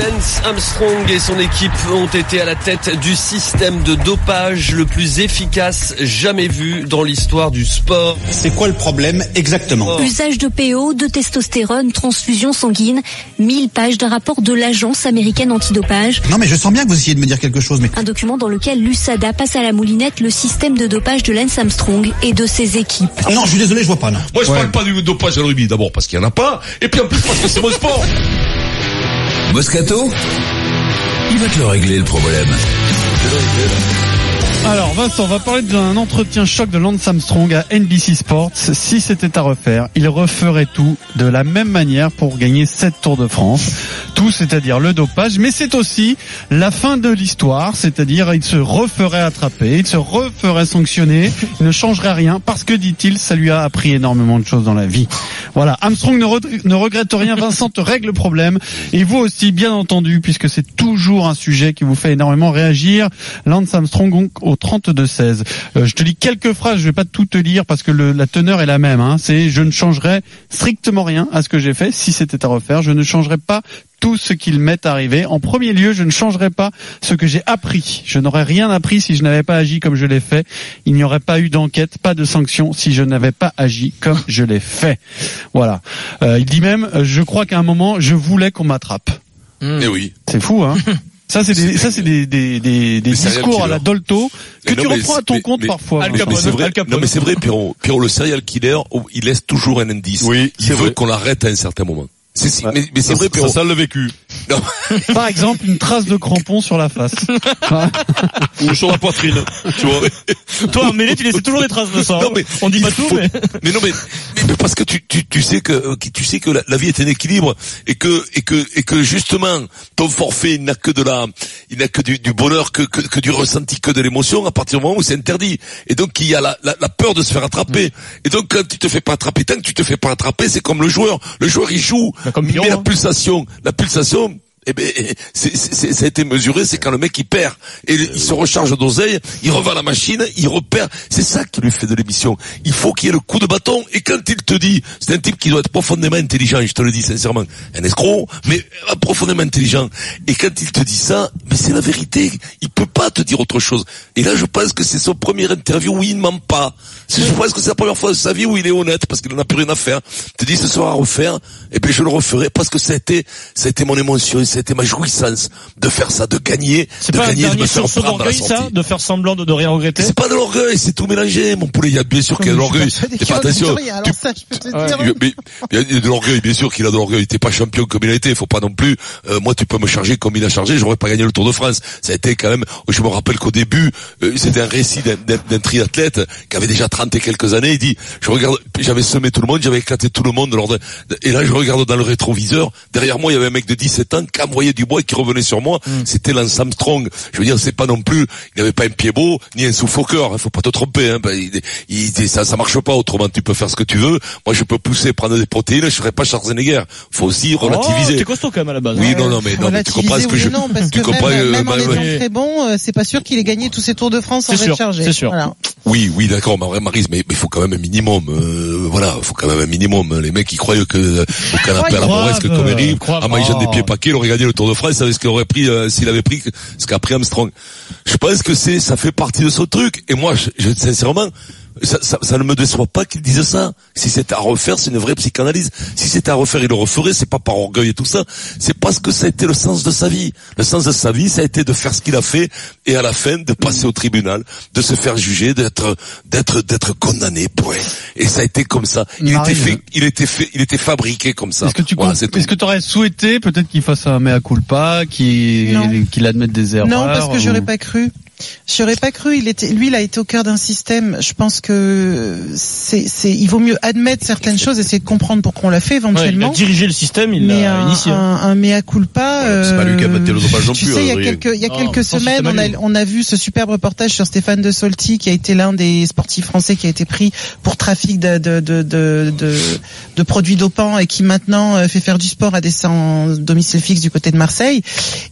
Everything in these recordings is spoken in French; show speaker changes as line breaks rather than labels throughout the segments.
Lance Armstrong et son équipe ont été à la tête du système de dopage le plus efficace jamais vu dans l'histoire du sport.
C'est quoi le problème exactement
Usage de PO, de testostérone, transfusion sanguine, 1000 pages d'un rapport de l'agence américaine antidopage.
Non mais je sens bien que vous essayez de me dire quelque chose, mais
Un document dans lequel l'USADA passe à la moulinette le système de dopage de Lance Armstrong et de ses équipes.
non, je suis désolé, je vois pas. non.
Moi, je parle pas du dopage à le rugby, d'abord parce qu'il y en a pas, et puis en plus parce que c'est mon sport.
Moscato Il va te le régler le problème.
Alors Vincent, on va parler d'un entretien choc de Lance Armstrong à NBC Sports. Si c'était à refaire, il referait tout de la même manière pour gagner sept Tours de France. Tout, c'est-à-dire le dopage, mais c'est aussi la fin de l'histoire, c'est-à-dire il se referait attraper, il se referait sanctionner, il ne changerait rien parce que, dit-il, ça lui a appris énormément de choses dans la vie. Voilà, Armstrong ne, re- ne regrette rien, Vincent te règle le problème, et vous aussi, bien entendu, puisque c'est toujours un sujet qui vous fait énormément réagir. Lance Armstrong donc, au 32-16. Euh, je te lis quelques phrases, je vais pas tout te lire parce que le- la teneur est la même. hein. C'est je ne changerai strictement rien à ce que j'ai fait si c'était à refaire. Je ne changerai pas tout ce qu'il m'est arrivé. En premier lieu, je ne changerai pas ce que j'ai appris. Je n'aurais rien appris si je n'avais pas agi comme je l'ai fait. Il n'y aurait pas eu d'enquête, pas de sanction si je n'avais pas agi comme je l'ai fait. Voilà. Euh, il dit même, euh, je crois qu'à un moment, je voulais qu'on m'attrape.
Eh oui.
C'est fou, hein Ça, c'est des, ça, c'est des, des, des, des
Des serial
discours à la
killers.
Dolto que
Mais
tu
non, mais
reprends à
c'est-
ton
mais-
compte
mais-
parfois.
Al
Vincent.
hein. Mais c'est vrai.
Al Capone.
Non, mais c'est vrai, Pierrot. Pierrot, le serial killer, oh, il laisse toujours un indice.
Oui,
Il
c'est
veut
vrai.
qu'on l'arrête à un certain moment. C'est, si- mais, mais c'est
Ça-
vrai,
Ça,
Pierrot.
ça le vécu.
Non.
Par exemple, une trace de crampon sur la face.
Ou sur la poitrine. tu vois.
Toi, en mêlée, tu laissais toujours des traces de ça.
Non, mais
on dit pas
il
tout,
faut-
mais.
mais non, mais, mais- mais parce que tu, tu, tu sais que euh, tu sais que la, la vie est un équilibre et que et que et que justement ton forfait il n'a que de la il n'a que du, du bonheur que, que que du ressenti que de l'émotion à partir du moment où c'est interdit et donc il y a la, la, la peur de se faire attraper
Mm.
et donc quand tu te fais pas attraper tant que tu te fais pas attraper c'est comme le joueur le joueur il joue
Bah, comme
mais
Piron,
la
hein.
pulsation la pulsation eh ben, c'est, c'est- c'est- ça a été mesuré, c'est quand le mec il perd et il se recharge d'oseille, il revend la machine, il repère. C'est ça qui lui fait de l'émission. Il faut qu'il y ait le coup de bâton. Et quand il te dit, c'est un type qui doit être profondément intelligent. et Je te le dis sincèrement, un escroc, mais euh, profondément intelligent. Et quand il te dit ça, mais c'est la vérité. Il peut pas te dire autre chose. Et là, je pense que c'est son premier interview où il ne ment pas. C'est- Je pense que c'est la première fois de sa vie où il est honnête parce qu'il n'en a plus rien à faire. Il te dit ce soir à refaire, et puis je le referai parce que ça a été, ça a été mon émotion, ça a été ma jouissance de faire ça, de gagner,
C'est
de
pas un
gagner, de me
dernier
faire
sursaut
prendre à la
d'orgueil, ça,
sortie.
de faire semblant de, de rien regretter.
C'est pas de l'orgueil, c'est tout mélangé, mon poulet. Il y a bien sûr qu'il y a de l'orgueil. Fais pas attention. Tu- Ah, il- mais- il y a- il y a de l'orgueil, bien sûr qu'il a de l'orgueil. T'es pas champion comme il a été. Faut pas non plus. euh, moi, tu peux me charger comme il a chargé. J'aurais pas gagné le Tour de France. Ça a été quand même. Je me rappelle qu'au début, euh, c'était un récit d'un- d'un d'un triathlète qui avait déjà 30 et quelques années. Il dit, je regarde, j'avais semé tout le monde, j'avais éclaté tout le monde. Lors de- et là, je regarde dans le rétroviseur. Derrière moi, il y avait un mec de 17 ans qui envoyait du bois et qui revenait sur moi.
Hmm.
C'était Lance Armstrong. Je veux dire, c'est pas non plus. Il n'avait pas un pied beau ni un souffle au cœur. hein. Faut pas te tromper. Hein. Ben, il- il- ça, ça marche pas. Autrement, tu peux faire ce que tu veux. Moi, je peux pousser, prendre des protéines. Je serais pas Schwarzenegger. Faut aussi
Oh,
relativiser.
t'es costaud quand même à la base.
oui,
hein.
non, non, mais, non, mais tu comprends ce que je.
Non, parce
tu
que
comprends,
même,
euh,
même en
bah,
étant
ouais.
très bon, euh, c'est pas sûr qu'il ait gagné tous ses Tours de France en
C'est sûr,
rechargé.
c'est sûr.
Voilà.
Oui, oui, d'accord, ma vraie Marise, mais il faut quand même un minimum. euh, voilà, faut quand même un minimum. hein. Les mecs, ils croyaient que euh, au canapé à
Croyez-
la Mauresque,
Croyez-
comme
euh,
Eric,
Croyez-
en mangeant des
Oh.
pieds paquets, il aurait gagné le Tour de France avec ce qu'il aurait pris euh, s'il avait pris que- ce qu'a pris Armstrong. Je pense que c'est, ça fait partie de ce truc. Et moi, je, je- sincèrement. Ça, ça, ça ne me déçoit pas qu'il dise ça. Si c'est à refaire, c'est une vraie psychanalyse. Si c'est à refaire, il le referait. C'est pas par orgueil et tout ça. C'est parce que ça a été le sens de sa vie. Le sens de sa vie, ça a été de faire ce qu'il a fait et à la fin de passer au tribunal, de se faire juger, d'être, d'être, d'être condamné. Point. Et ça a été comme ça. Il
Marie,
était
je-
fait, il était fait, il était fabriqué comme ça.
Est-ce que tu
Voilà,
comp-
c'est tout.
est-ce que t'aurais souhaité peut-être qu'il fasse un mea culpa, qu'il
Non.
qu'il admette des erreurs
Non, parce que j'aurais
euh,
ou-
pas cru. J'aurais pas cru. Il était, lui, il a été au cœur d'un système. Je pense que c'est, c'est, il vaut mieux admettre certaines choses, essayer de comprendre pourquoi on l'a fait
Ouais, il a
éventuellement.
dirigé le système, il
mais
l'a
un,
initié. hein.
un, un mea culpa. euh,
Voilà, c'est pas lui qui a battu le dopage non
tu
plus,
sais, il y a
hein,
Adrien.
quelques, il y a
Non,
quelques
pourtant,
semaines, on
c'était
a,
Manu.
on a vu ce superbe reportage sur Stéphane de Solti, qui a été l'un des sportifs français qui a été pris pour trafic de, de, de, de, de, de produits dopants et qui maintenant euh, fait faire du sport à des sans domicile fixe du côté de Marseille.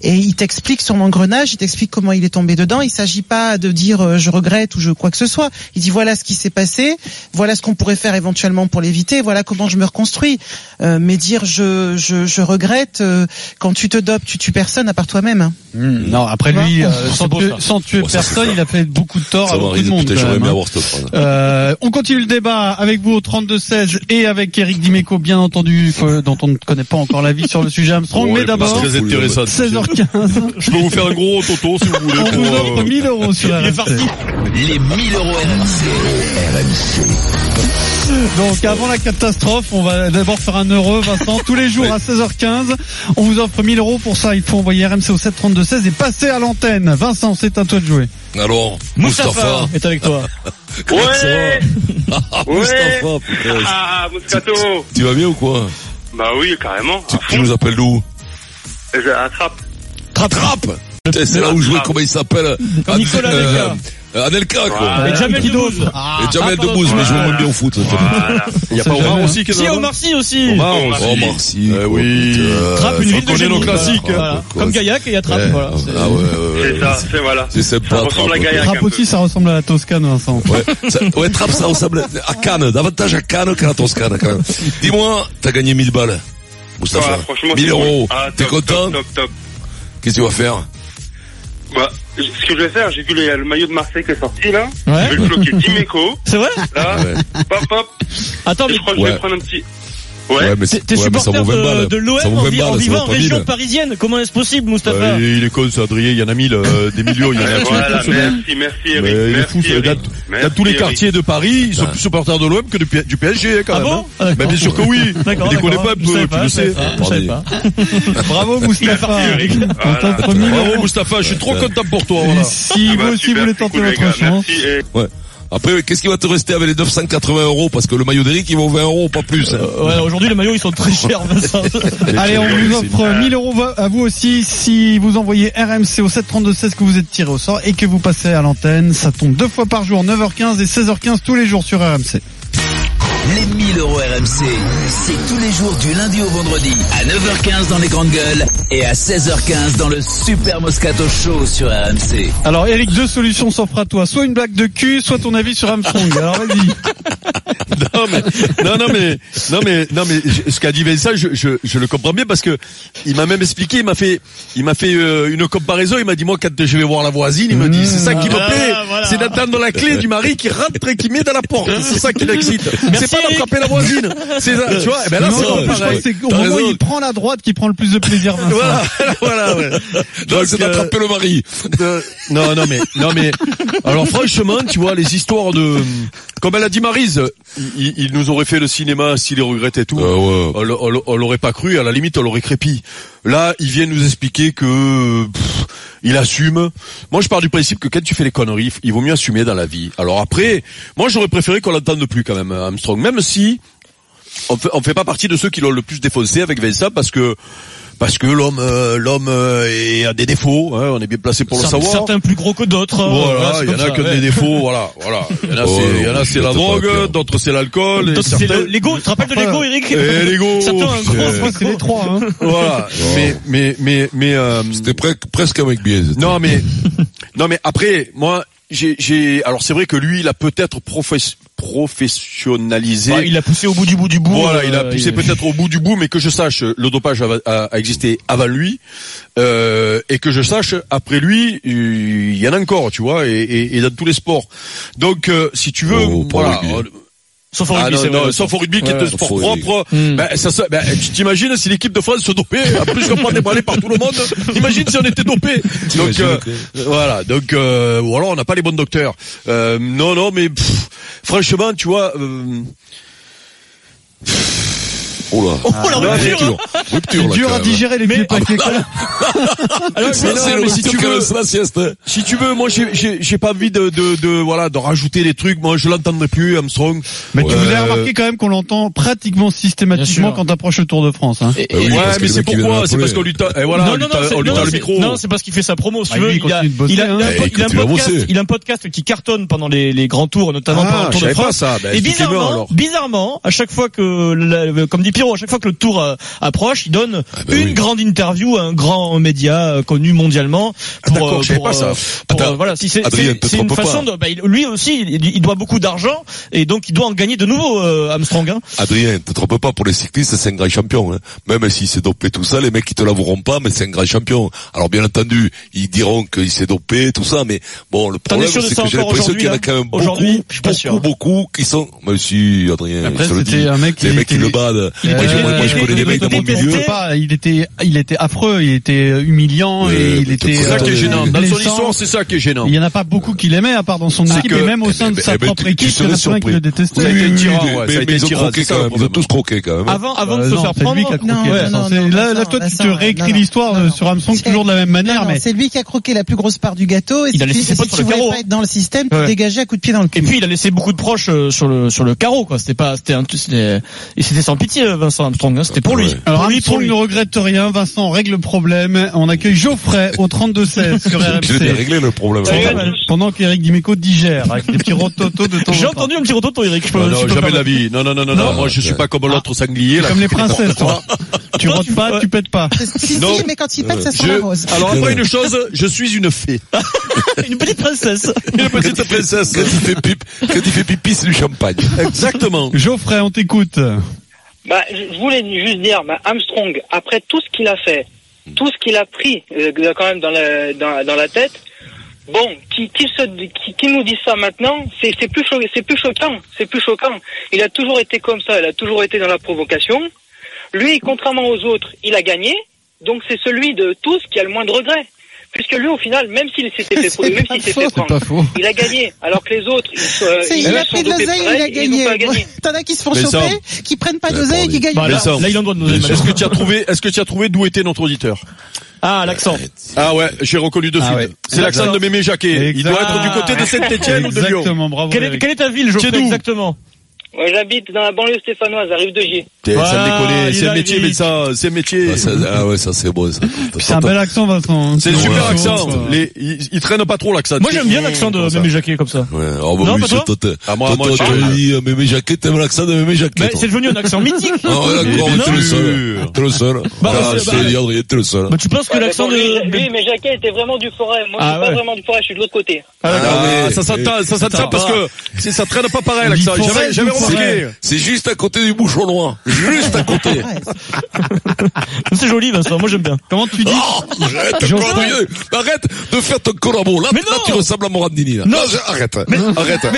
Et il t'explique son engrenage, il t'explique comment il est tombé dedans, il s'agit pas de dire euh, je regrette ou je quoi que ce soit. Il dit voilà ce qui s'est passé, voilà ce qu'on pourrait faire éventuellement pour l'éviter, voilà comment je me reconstruis. Euh, mais dire je je, je regrette euh, quand tu te dopes, tu tues personne à part toi-même. hein.
Hmm, Non, après lui, euh, sans,
beau,
tuer,
ça.
sans tuer
Oh, ça, c'est
personne,
clair.
il a fait beaucoup de tort à
Ça
beaucoup
m'arrive,
de monde.
putain,
quand
j'aurais
même,
aimé
hein.
avoir cette phrase.
Euh, on continue le débat avec vous au 32-16 et avec Eric Dimeco, bien entendu, que- dont on ne connaît pas encore l'avis sur le sujet Armstrong.
Ouais,
mais d'abord,
c'est très intéressant.
16h15,
Je peux vous faire un gros toto si vous voulez.
on vous
pour,
offre
euh,
1000 euros sur la
Les 1000 euros RMC.
Donc avant la catastrophe, on va d'abord faire un heureux, Vincent, tous les jours à 16h15. On vous offre 1000 euros pour ça. Il faut envoyer RMC au 732-16 et passer à l'antenne. Vincent, c'est à toi de jouer.
Alors,
Moustapha
Mustapha.
est avec toi.
Ouais
Ah,
Ouais.
Mustapha, putain.
Ah, Moscato
Tu vas bien ou quoi
Bah oui, carrément.
tu,
à
tu
fond.
nous appelles d'où
Je attrape.
Trappe Putain, C'est là où je vois
Trappe.
comment il s'appelle.
Nicolas
euh, euh, Ah, Anelka, quoi.
Voilà.
Et Jamel
qui
Debbouze.
Et Jamel
pardon,
Debbouze, mais je
voilà.
vois bien au foot.
Voilà.
Il y a pas
jamais,
Omar
hein.
aussi qui est
Si,
dans
Omar Sy aussi.
Omar
Oh,
aussi.
Oh, Marcy.
Eh
quoi,
oui.
putain.
Trappe une
Ça
ville de
connaît
génie.
nos classiques,
Voilà.
hein.
Comme Gaillac et il y a Trappe.
Eh,
voilà.
Ah ouais, ouais, ouais.
C'est ça, c'est voilà.
C'est sympa.
Ça ressemble à
Trappe.
Gaillac.
Trappe aussi, ça ressemble à la Toscane, Vincent.
Ouais, ça, ouais, Trappe, ça ressemble à Cannes. Davantage à Cannes qu'à la Toscane, quand même. Dis-moi, t'as gagné 1000 balles, Moustapha.
Ah, franchement,
1000
c'est cool.
euros.
Ah,
T'es
top,
content
top, top, top.
Qu'est-ce que tu vas faire
Bah, ce que je vais faire, j'ai vu le, le maillot de Marseille qui est sorti là.
Ouais.
Je vais le bloquer. Dimeco,
C'est vrai
là.
Ouais.
Pop, pop.
Attends, mais
Je crois que je
Ouais.
vais prendre un petit. Ouais.
mais,
t'es t'es
ouais, mais ça
supporter
vaut 20
de,
balles.
de l'OM
Ça vaut
en,
20
vi- en
balles, ça
vivant
vaut Bah
en
pas
région
1000.
parisienne. Comment est-ce possible,
Euh,
Mustapha
il il est con, ce Adrien, il y en a mille, euh, des millions, il y en a
Voilà,
tous
merci, merci Eric.
Mais il est
merci,
fou, ça,
Eric.
dans,
Merci,
dans tous les
Eric.
quartiers de Paris, ils sont plus supporters de l'OM que du, P- du PSG, quand
Ah
même.
bon
hein.
Ah, d'accord.
Bah, bien sûr que oui.
D'accord,
Mais déconnez
d'accord.
pas un
Je savais
peu, tu le
pas, je savais
sais.
pas, je savais pas.
Bravo, Moustapha. On
Voilà.
t'offre 1000 euros.
Bravo, Moustapha, je suis trop content pour toi,
Et
voilà.
Si
Ah bah,
vous aussi
super,
voulez
c'est
tenter
cool, les
votre
gars.
hein.
chance.
Merci, Eric.
Ouais. Après, qu'est-ce qui va te rester avec les 980 euros Parce que le maillot d'Eric, il vaut 20 euros, pas plus. hein.
Euh,
Ouais, aujourd'hui les maillots ils sont très chers, Vincent.
Allez, on vous
c'est
offre 1000 euros vo- à vous aussi si vous envoyez RMC au 732-16 que vous êtes tiré au sort et que vous passez à l'antenne. Ça tombe deux fois par jour, 9h15 et 16h15 tous les jours sur RMC.
Les 1000 euros RMC, c'est tous les jours du lundi au vendredi à 9h15 dans les grandes gueules et à 16h15 dans le Super Moscato Show sur RMC.
Alors, Eric, deux solutions s'offrent à toi. Soit une blague de cul, soit ton avis sur Armstrong. Alors, vas-y.
Non mais hein. non non mais non mais non mais je- ce qu'a dit Vincent, je, je je le comprends bien parce que il m'a même expliqué, il m'a fait il m'a fait euh, une comparaison, il m'a dit moi quand je vais voir la voisine, il me dit c'est ça qui me
Ah,
voilà,
plaît,
voilà.
c'est d'attendre la clé du mari qui rentre et qui met dans la porte, c'est ça qui l'excite. C'est pas d'attraper la voisine, c'est ça, tu vois. Et ben là
Non,
c'est
non,
pas
je crois que
pareil.
c'est au
T'as
moment où
raison.
il prend la droite qui prend le plus de plaisir, Vincent.
Voilà, voilà, ouais.
Non,
Donc,
c'est
euh,
d'attraper le mari.
de- Non, non, mais, non, mais, alors franchement, tu vois, les histoires de, comme elle a dit Marise, il, il nous aurait fait le cinéma s'il regrettait tout.
Euh, ouais.
On l'a- on l'a- on l'aurait pas cru, à la limite, on l'aurait crépi. Là, il vient nous expliquer que, pff, il assume. Moi, je pars du principe que quand tu fais les conneries, il vaut mieux assumer dans la vie. Alors après, moi, j'aurais préféré qu'on l'entende plus quand même, Armstrong, même si, on fait, on fait pas partie de ceux qui l'ont le plus défoncé avec Vincent parce que, parce que l'homme, euh, l'homme euh, est- a des défauts, hein, on est bien placé pour le
Certains-
savoir.
Certains plus gros que d'autres.
hein.
Voilà, il y en a que
que
des défauts, voilà, voilà. Il y en a,
Oh,
c'est, il y en a,
je
c'est la
te parle, Pierre.
drogue, d'autres c'est l'alcool, et
C'est
certains...
le- l'ego, tu te rappelles de l'ego, Eric
Eh, l'ego,
Certains ont un
putain.
gros,
Je crois que c'est les trois, hein.
Voilà. Mais, mais, mais, mais, euh,
C'était pre- presque un mec biaise.
non, mais, non, mais après, moi, j'ai, j'ai, alors c'est vrai que lui, il a peut-être professe- professionnalisé.
Bah, il a poussé au bout du bout du bout.
Voilà,
euh,
il a poussé peut-être au bout du bout, mais que je sache, le dopage a, a- a existé avant lui, euh, et que je sache, après lui, il y en a encore, tu vois, et, et- et dans tous les sports. Donc, euh, si tu veux,
Oh, pas au
voilà,
rugby.
euh,
Sauf au
ah
rugby,
non,
c'est
non,
vrai.
sauf au rugby qui
Ouais,
est un
sauf
sport
au rugby.
propre.
Hmm.
Ben, ça, se- ben, tu t'imagines si l'équipe de France se dopait, en plus qu'on prend des balais par tout le monde, t'imagines si on était dopé. Donc
T'imagines,
euh,
ok.
voilà, donc euh, ou alors on n'a pas les bons docteurs. Euh, non, non, mais pff, franchement, tu vois. euh,
Oh là.
Oh la
non,
rupture
Rupture. Rupture, là,
Dur
quand
à
même.
digérer les vieux paquets.
Alors,
Ça,
mais non,
c'est
mais
le
si
rupture
tu
que
veux,
c'est la sieste. hein.
si tu veux, moi j'ai- j'ai j'ai pas envie de, de, de voilà de rajouter des trucs. Moi, je l'entendrai plus, Armstrong.
Mais tu
Euh,
vous avez remarqué quand même qu'on l'entend pratiquement systématiquement
Bien sûr.
quand t'approches le Tour de France, hein.
Bah oui,
ouais,
parce que
mais
le
c'est
mec, il vient
pourquoi
de
C'est Euh, parce
l'appeler.
qu'on lui tend, et voilà, on lui tend- on lui
non,
tend le
c'est-
micro.
non, c'est parce qu'il fait sa promo, si
Ah,
tu
lui,
veux.
il
Il a,
continue de bosser,
il a-
hein.
il a un, po-
Eh,
il a un
continue à
podcast,
bosser.
il a un podcast qui cartonne pendant les, les grands tours, notamment pendant le
je
Tour de
savais pas
France.
ça. Ben,
Et
expliquez-moi,
bizarrement,
alors.
bizarrement, à chaque fois que, la- comme dit Spiro, à chaque fois que le tour euh, approche, il donne une grande interview à un grand média euh, connu mondialement. Pour,
d'accord,
euh,
je savais
pour,
pas ça.
euh, pour,
Attends,
euh, voilà, si c'est
Adrien,
c'est-
te
c'est une
trompe pas.
façon de, bah, il- lui aussi, il, il doit beaucoup d'argent et donc il doit en gagner de nouveau euh, Armstrong. hein.
Adrien, te trompe pas, pour les cyclistes, c'est un grand champion. hein. Même s'il s'est dopé tout ça, les mecs, ils te l'avoueront pas, mais c'est un grand champion. Alors, bien entendu, ils diront qu'il s'est dopé, tout ça, mais bon, le
T'en es
problème,
sûr de
c'est
ça
que j'ai
encore
l'impression qu'il y en a
aujourd'hui,
quand même
là Aujourd'hui,
beaucoup,
je suis pas sûr.
beaucoup, beaucoup, qui sont... Mais si, Adrien,
Après,
je te le
c'était
dis,
un mec qui
les mecs,
était-
ils le badent.
Il
Moi,
était-
je- moi, je
il
connais des
était-
mecs dans mon
il était-
milieu...
on peut pas, il était, il était affreux, il était humiliant
Ouais,
et il
mais
était.
c'est
C'est ça qui est
euh,
gênant. Dans son
blessant.
histoire, c'est ça qui est gênant.
Il y en a pas beaucoup qui l'aimaient à part dans son équipe
que-
et même au sein
eh
de
ben,
sa
eh ben,
propre
tu- tu
équipe, il y en a plein
serais
qui
surpris.
le détestaient.
Ça a été un tyran, ouais,
Mais
ça a
mais
été un
ils ont
tyran,
croqué
c'est ça,
quand
le
même, ils ont
problème.
tous croqué quand même. hein.
Avant, avant
Euh,
de se
non,
faire
c'est lui qui a
prendre,
Non,
croqué.
non,
Vincent.
non,
C'est- là,
non,
là,
Vincent,
toi, tu te
Vincent,
réécris
non,
l'histoire
non,
euh,
non.
sur Armstrong
C'est-
toujours de la même manière,
Non, non,
mais
c'est lui qui a croqué la plus grosse part du gâteau et
Il a
si tu,
laissé ses
si
potes
tu
sur le
voulais
carreau,
pas être dans le système, tu
Ouais.
dégageais à coup de pied dans le cul.
Et puis il a laissé beaucoup de proches euh, sur le sur le carreau quoi. C'était pas c'était un c'était et c'était sans pitié euh, Vincent Armstrong. hein. C'était pour lui.
Ouais.
Alors
pour lui,
Armstrong
pour lui.
ne regrette rien, Vincent règle le problème. On accueille Geoffrey au 32-16 sur
Je l'ai
RMC.
réglé, le problème.
Ça y est,
Pendant qu'Éric Dimeco digère avec des petits rototos de temps
J'ai
en temps.
entendu un petit retour, Eric. Je peux,
Non,
je
Ah non,
peux
jamais
pas-
de la vie. Non, non, non, non, non. Ah.
Non,
Moi, je suis
ouais.
pas comme l'autre sanglier,
C'est
là.
comme les princesses, toi. tu
Toi,
rotes
tu-
pas, tu pètes pas.
Si, si,
Non.
mais quand il pète, ça sent la rose.
Je, alors, après une chose, je suis une fée.
Une petite princesse.
Une petite princesse.
Quand il fait pipi, quand il fait pipi, c'est du champagne.
Exactement.
Geoffrey, on t'écoute.
Bah, je voulais juste dire, bah, Armstrong, après tout ce qu'il a fait, tout ce qu'il a pris euh, quand même dans la, dans, dans la tête, bon, qui, qui, se, qui, qui nous dit ça maintenant, c'est c'est plus, cho- c'est plus choquant, c'est plus choquant. Il a toujours été comme ça, il a toujours été dans la provocation. Lui, contrairement aux autres, il a gagné, donc c'est celui de tous qui a le moins de regrets. Puisque lui, au final, même s'il s'était fait,
C'est
même
pas
s'il s'est
faux.
fait
C'est
prendre,
faux.
il a gagné, alors que les autres, ils, se-
C'est-
ils
il a
sont
pris de
dopés
l'oseille,
pareil,
il a
et ils n'ont pas
gagné.
gagné.
T'en as qui se font
Mais ça,
choper, qui prennent pas
Ouais,
d'oseille et
bon,
qui gagnent.
Bah, là,
Vincent.
là, il en doit nous donner
Est-ce que
maintenant.
tu as trouvé, est-ce que tu as trouvé d'où était notre auditeur?
Ah, l'accent.
Ah ouais, j'ai reconnu de
Ah
suite.
ouais.
C'est l'accent de Mémé Jacquet. Il
Exact.
doit être du côté de Saint-Etienne ou de Lyon.
Exactement, bravo.
Quelle est,
Eric.
quelle est ta ville, Geoffrey,
Tiens, d'où
exactement
Ouais, J'habite dans la banlieue stéphanoise, à Rive-de-Gier.
T'es- ça me
Voilà,
déconne,
il
c'est
a
un métier,
dit.
mais ça, c'est un métier.
Ah, ça- ah ouais, ça c'est bon, ça.
C'est un bel accent, Vincent. hein.
C'est un
Ouais.
super
Ouais.
accent. Les, ils, ils traînent pas trop l'accent.
Moi, j'aime bien l'accent de Mémé Jacquet comme ça.
Ouais, alors, bah,
Non,
oui,
pas
c'est
toi
toi, t'es-
Ah, moi,
toi,
moi,
toi,
j'ai-
tu me dis, euh, Mémé Jacquet, t'aimes l'accent de Mémé Jacquet,
Mais
toi.
c'est devenu un accent mythique.
Ah, ouais, d'accord,
Mais
t'es
non.
le seul. T'es le seul.
Bah,
Ah,
c'est-
je te l'ai dit, Adrien, t'es le seul.
Bah, tu penses que
Ouais,
l'accent
mais Ah, bon,
de...
lui, lui, mais Jacquet était vraiment du forêt. Moi,
Ah
je suis
ouais.
pas vraiment du forêt, je suis de l'autre côté.
Ah,
Ah, mais-
ça s'entend, ça s'entend
Attends.
parce que c'est- ça traîne pas pareil
On dit
l'accent.
forêt,
J'avais, j'avais
tout
remarqué.
forêt.
C'est juste à côté du bouchon noir. Juste à côté.
Ouais,
Ah, C'est joli, Vincent, moi j'aime bien. Ah,
Comment tu dis
Oh, arrête,
Geoffrey.
Claude, arrête de faire ton collabo. Là,
Mais
là
non.
tu ressembles à Morandini. Là. Non, je- arrête. arrête.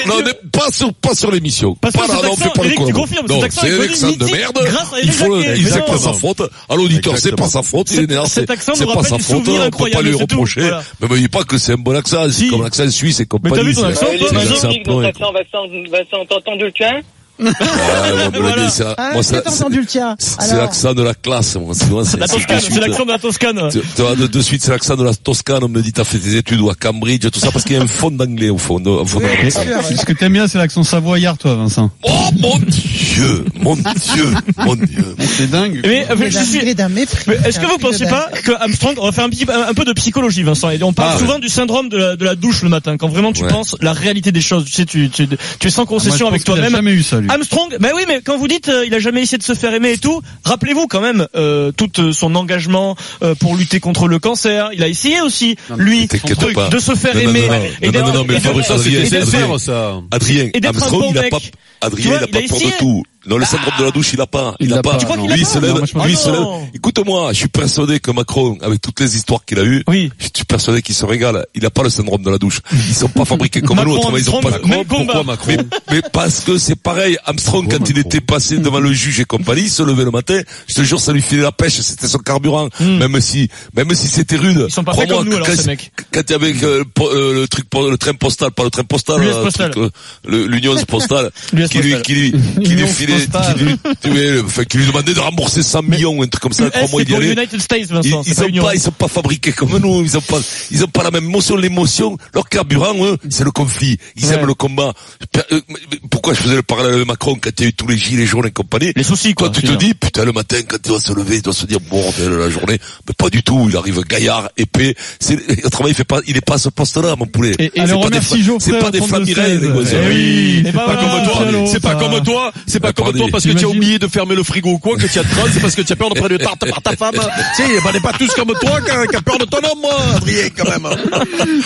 non, on n'est pas sur, pas sur l'émission.
Parce que
Pas là,
cet
non, on
accent,
fait pas le
Eric, tu
collabo.
confirmes,
Non,
cet accent
c'est
est
un
devenu
accent de
mythique
merde.
grâce à
Il
Eric
faut le
Jacquet.
dire,
Mais
c'est
non.
pas sa faute. À l'auditeur, c'est pas sa faute. Il est né,
cet
c'est
accent nous
c'est pas
rappelle
sa
des
faute.
souvenirs
On peut pas
incroyables,
lui
c'est tout,
reprocher.
voilà.
Mais me dis pas que c'est un bon accent. C'est
Si.
comme l'accent suisse et
Mais
compagnie.
t'as vu ton
c'est-
accent,
Ouais,
toi,
il est
c'est
Vincent
l'accent
magnifique, notre
point.
accent, Vincent, Vincent, t'entends hein d'où le tien
Ah, ouais, mais
Voilà.
c'est-
Ah,
moi,
j'ai
c'est-
pas entendu le tien.
c'est- C'est
Alors.
l'accent de la classe. moi, c'est- moi, c'est-
La
c'est
bah, Toscane,
de suite.
c'est l'accent de la Toscane.
Tu- tu vois, de, de suite, c'est l'accent de la Toscane. On me dit, t'as fait tes études ou à Cambridge, tout ça, parce qu'il y a un fond d'anglais au fond. de- au fond de
Oui,
l'accent.
bien sûr.
Ce que t'aimes bien, c'est l'accent savoyard, toi, Vincent.
Oh mon Dieu, mon Dieu, mon Dieu.
C'est dingue.
Mais euh,
Il est
je
d'un-
suis...
il est d'un mépris.
Mais est-ce que
Un
vous
truc de
pensez
dingue.
pas que Armstrong, on va faire un, petit, un, un peu de psychologie, Vincent, et on parle
Ah, ouais.
souvent du syndrome de la, de la douche le matin, quand vraiment tu
Ouais.
penses la réalité des choses, tu sais, tu, tu, tu es sans
Moi, je
Ah,
concession
pense
avec
qu'il a
toi-même.
jamais eu ça, lui.
Armstrong, bah oui, mais quand vous dites euh, il a jamais essayé de se faire aimer et tout, rappelez-vous quand même euh, tout euh, son engagement euh, pour lutter contre le cancer. Il a essayé aussi, lui, son
t'inquiète
truc,
pas.
de se faire
Non, non,
aimer.
non, non,
Et
non,
d'être-
non, non, mais
et d'être-
Fabrice, ça,
et
c'est
d'être-
sincère,
ça.
Adrien,
Et d'être un
Armstrong,
bon
il a
mec.
pas,
Tu
Adrien,
vois,
il a
il a
pas peur de
essayé.
tout. Non, le syndrome de la douche, il a pas, il, a pas.
Tu crois qu'il a
lui, il
pas
se lève,
Non, moi, je pense
lui, il
pas.
se lève.
Ah non.
Écoute-moi, je suis persuadé que Macron, avec toutes les histoires qu'il a eues,
Oui.
je suis persuadé qu'il se régale. Il a pas le syndrome de la douche. Ils sont pas fabriqués comme
Macron,
nous, autrement ils ont pas
Armstrong, même combat.
mais, mais parce que c'est pareil, Armstrong, quand il était passé devant le juge et compagnie, il se levait le matin, je te jure, ça lui filait la pêche, c'était son carburant, même si, même si c'était rude.
Hmm. Ils sont pas faits
Crois-moi
comme nous,
que
alors,
quand-
ces mecs.
Quand il y avait euh, le po- euh, le truc, po- le train postal, pas le train postal,
L'US
euh,
postal.
truc, euh, le- l'Union postale,
L'US
qui lui,
postal.
qui lui, qui lui
L'Union
filait,
postale.
qui lui, tu vois, enfin, qui lui demandait de rembourser 100 millions, un truc comme ça,
US,
Euh, crois-moi,
Euh, c'est
il y
pour
allait.
United States,
Ils,
Vincent.
ils
c'est pas
sont
Union.
pas, ils sont pas fabriqués comme nous. Ils ont pas, ils ont pas la même motion. L'émotion, leur carburant, eux, c'est le conflit. Ils
Ouais.
aiment le combat. Per- euh, mais- mais Pourquoi je faisais le parallèle avec Macron quand il y a eu tous les gilets jaunes et compagnie
Les soucis, quoi.
Quand tu te
c'est-à-dire.
dis, putain, le matin, quand il doit se lever, il doit se dire, bordel, la journée. Mais pas du tout. Il arrive gaillard, épais. C'est, le travail, il fait pas, il est pas à ce poste-là, mon poulet.
Et,
Ah, C'est
alors
pas des
remercie
fa-
Geoffrey.
C'est pas des
au 32
Flamirel, les
16.
gosses.
Eh oui,
Eh
c'est
ben
pas
voilà,
comme toi.
salaud,
C'est pas comme toi.
toi, c'est pas comme toi parce que tu as oublié de fermer le frigo ou quoi, que tu as de traces, c'est parce que tu as peur de prendre une tarte par ta femme. tu sais, on n'est pas tous comme toi qui a, qui a peur de ton homme, moi, Adrien, quand même. hein.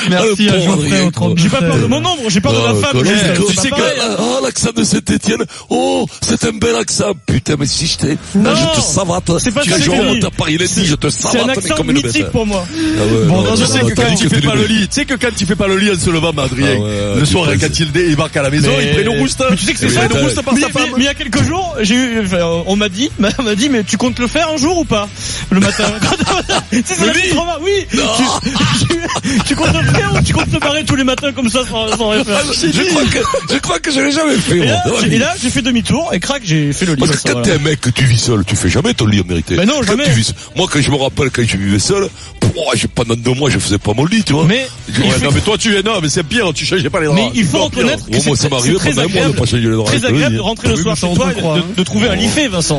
Merci à Geoffrey au 32.
J'ai pas peur de mon nombre, j'ai peur de ma femme.
Colombe,
juste,
Colombe,
c'est
tu sais
pas
que,
pareil.
ah, ah, l'accent de Saint-Etienne, oh, c'est un bel accent. Putain, mais si je t'ai, là,
Non,
je te savate.
c'est pas
tu
ça,
as
c'est
joué
fini.
à Paris Letty, je te
C'est un
savate, mais
accent
comme une bête.
mythique pour moi.
Ah ouais,
Bon,
non,
je
non,
sais
non,
que
t'as
quand
dit
tu
que
fais
t'es
pas
nul.
le lit, tu sais que quand tu fais pas le lit, elle se le va, mais Adrien.
Ah ouais,
le
tu
soir,
penses-
quand il débarque à la maison,
Mais-
il prend une rouste.
Mais tu sais que c'est
Eh
ça,
oui,
une
t'as-
rouste par mais,
sa
mais-
femme.
mais il y a quelques jours, j'ai eu, enfin, on m'a dit, on m'a dit, mais tu comptes le faire un jour ou pas Le matin. Tu sais, c'est la petite remarque, oui. Tu, tu- tu comptes le faire ou tu comptes te barrer tous les matins comme ça sans, sans rien faire
Je crois que, je crois que je l'ai jamais fait,
Et
moi.
là,
dans la
j'ai- et
vie.
là, j'ai fait demi-tour et crac, j'ai fait le lit.
Ah, Parce
comme
que
ça,
quand
voilà.
t'es un mec que tu vis seul, tu fais jamais ton lit en vérité.
Ben non,
Quand
jamais.
tu vis- Moi, quand je me rappelle quand je vivais seul, pouah, j'ai- pendant deux mois, je faisais pas mon lit, tu vois.
Mais
Je-
il
ouais,
faut-
non,
Non, mais toi, tu es, non, mais c'est pire, tu changes pas les draps.
Mais il faut
Encore pire.
reconnaître que
hein. Au moins,
c'est
ça m'est
c'est
arrivé
très
pendant un mois de
agréable,
pas changer les draps.
très
je te le
agréable
dis.
de rentrer le
Oui, mais
soir chez
ça, on
toi
te
et de,
croit, hein.
de trouver un lit fait, Vincent.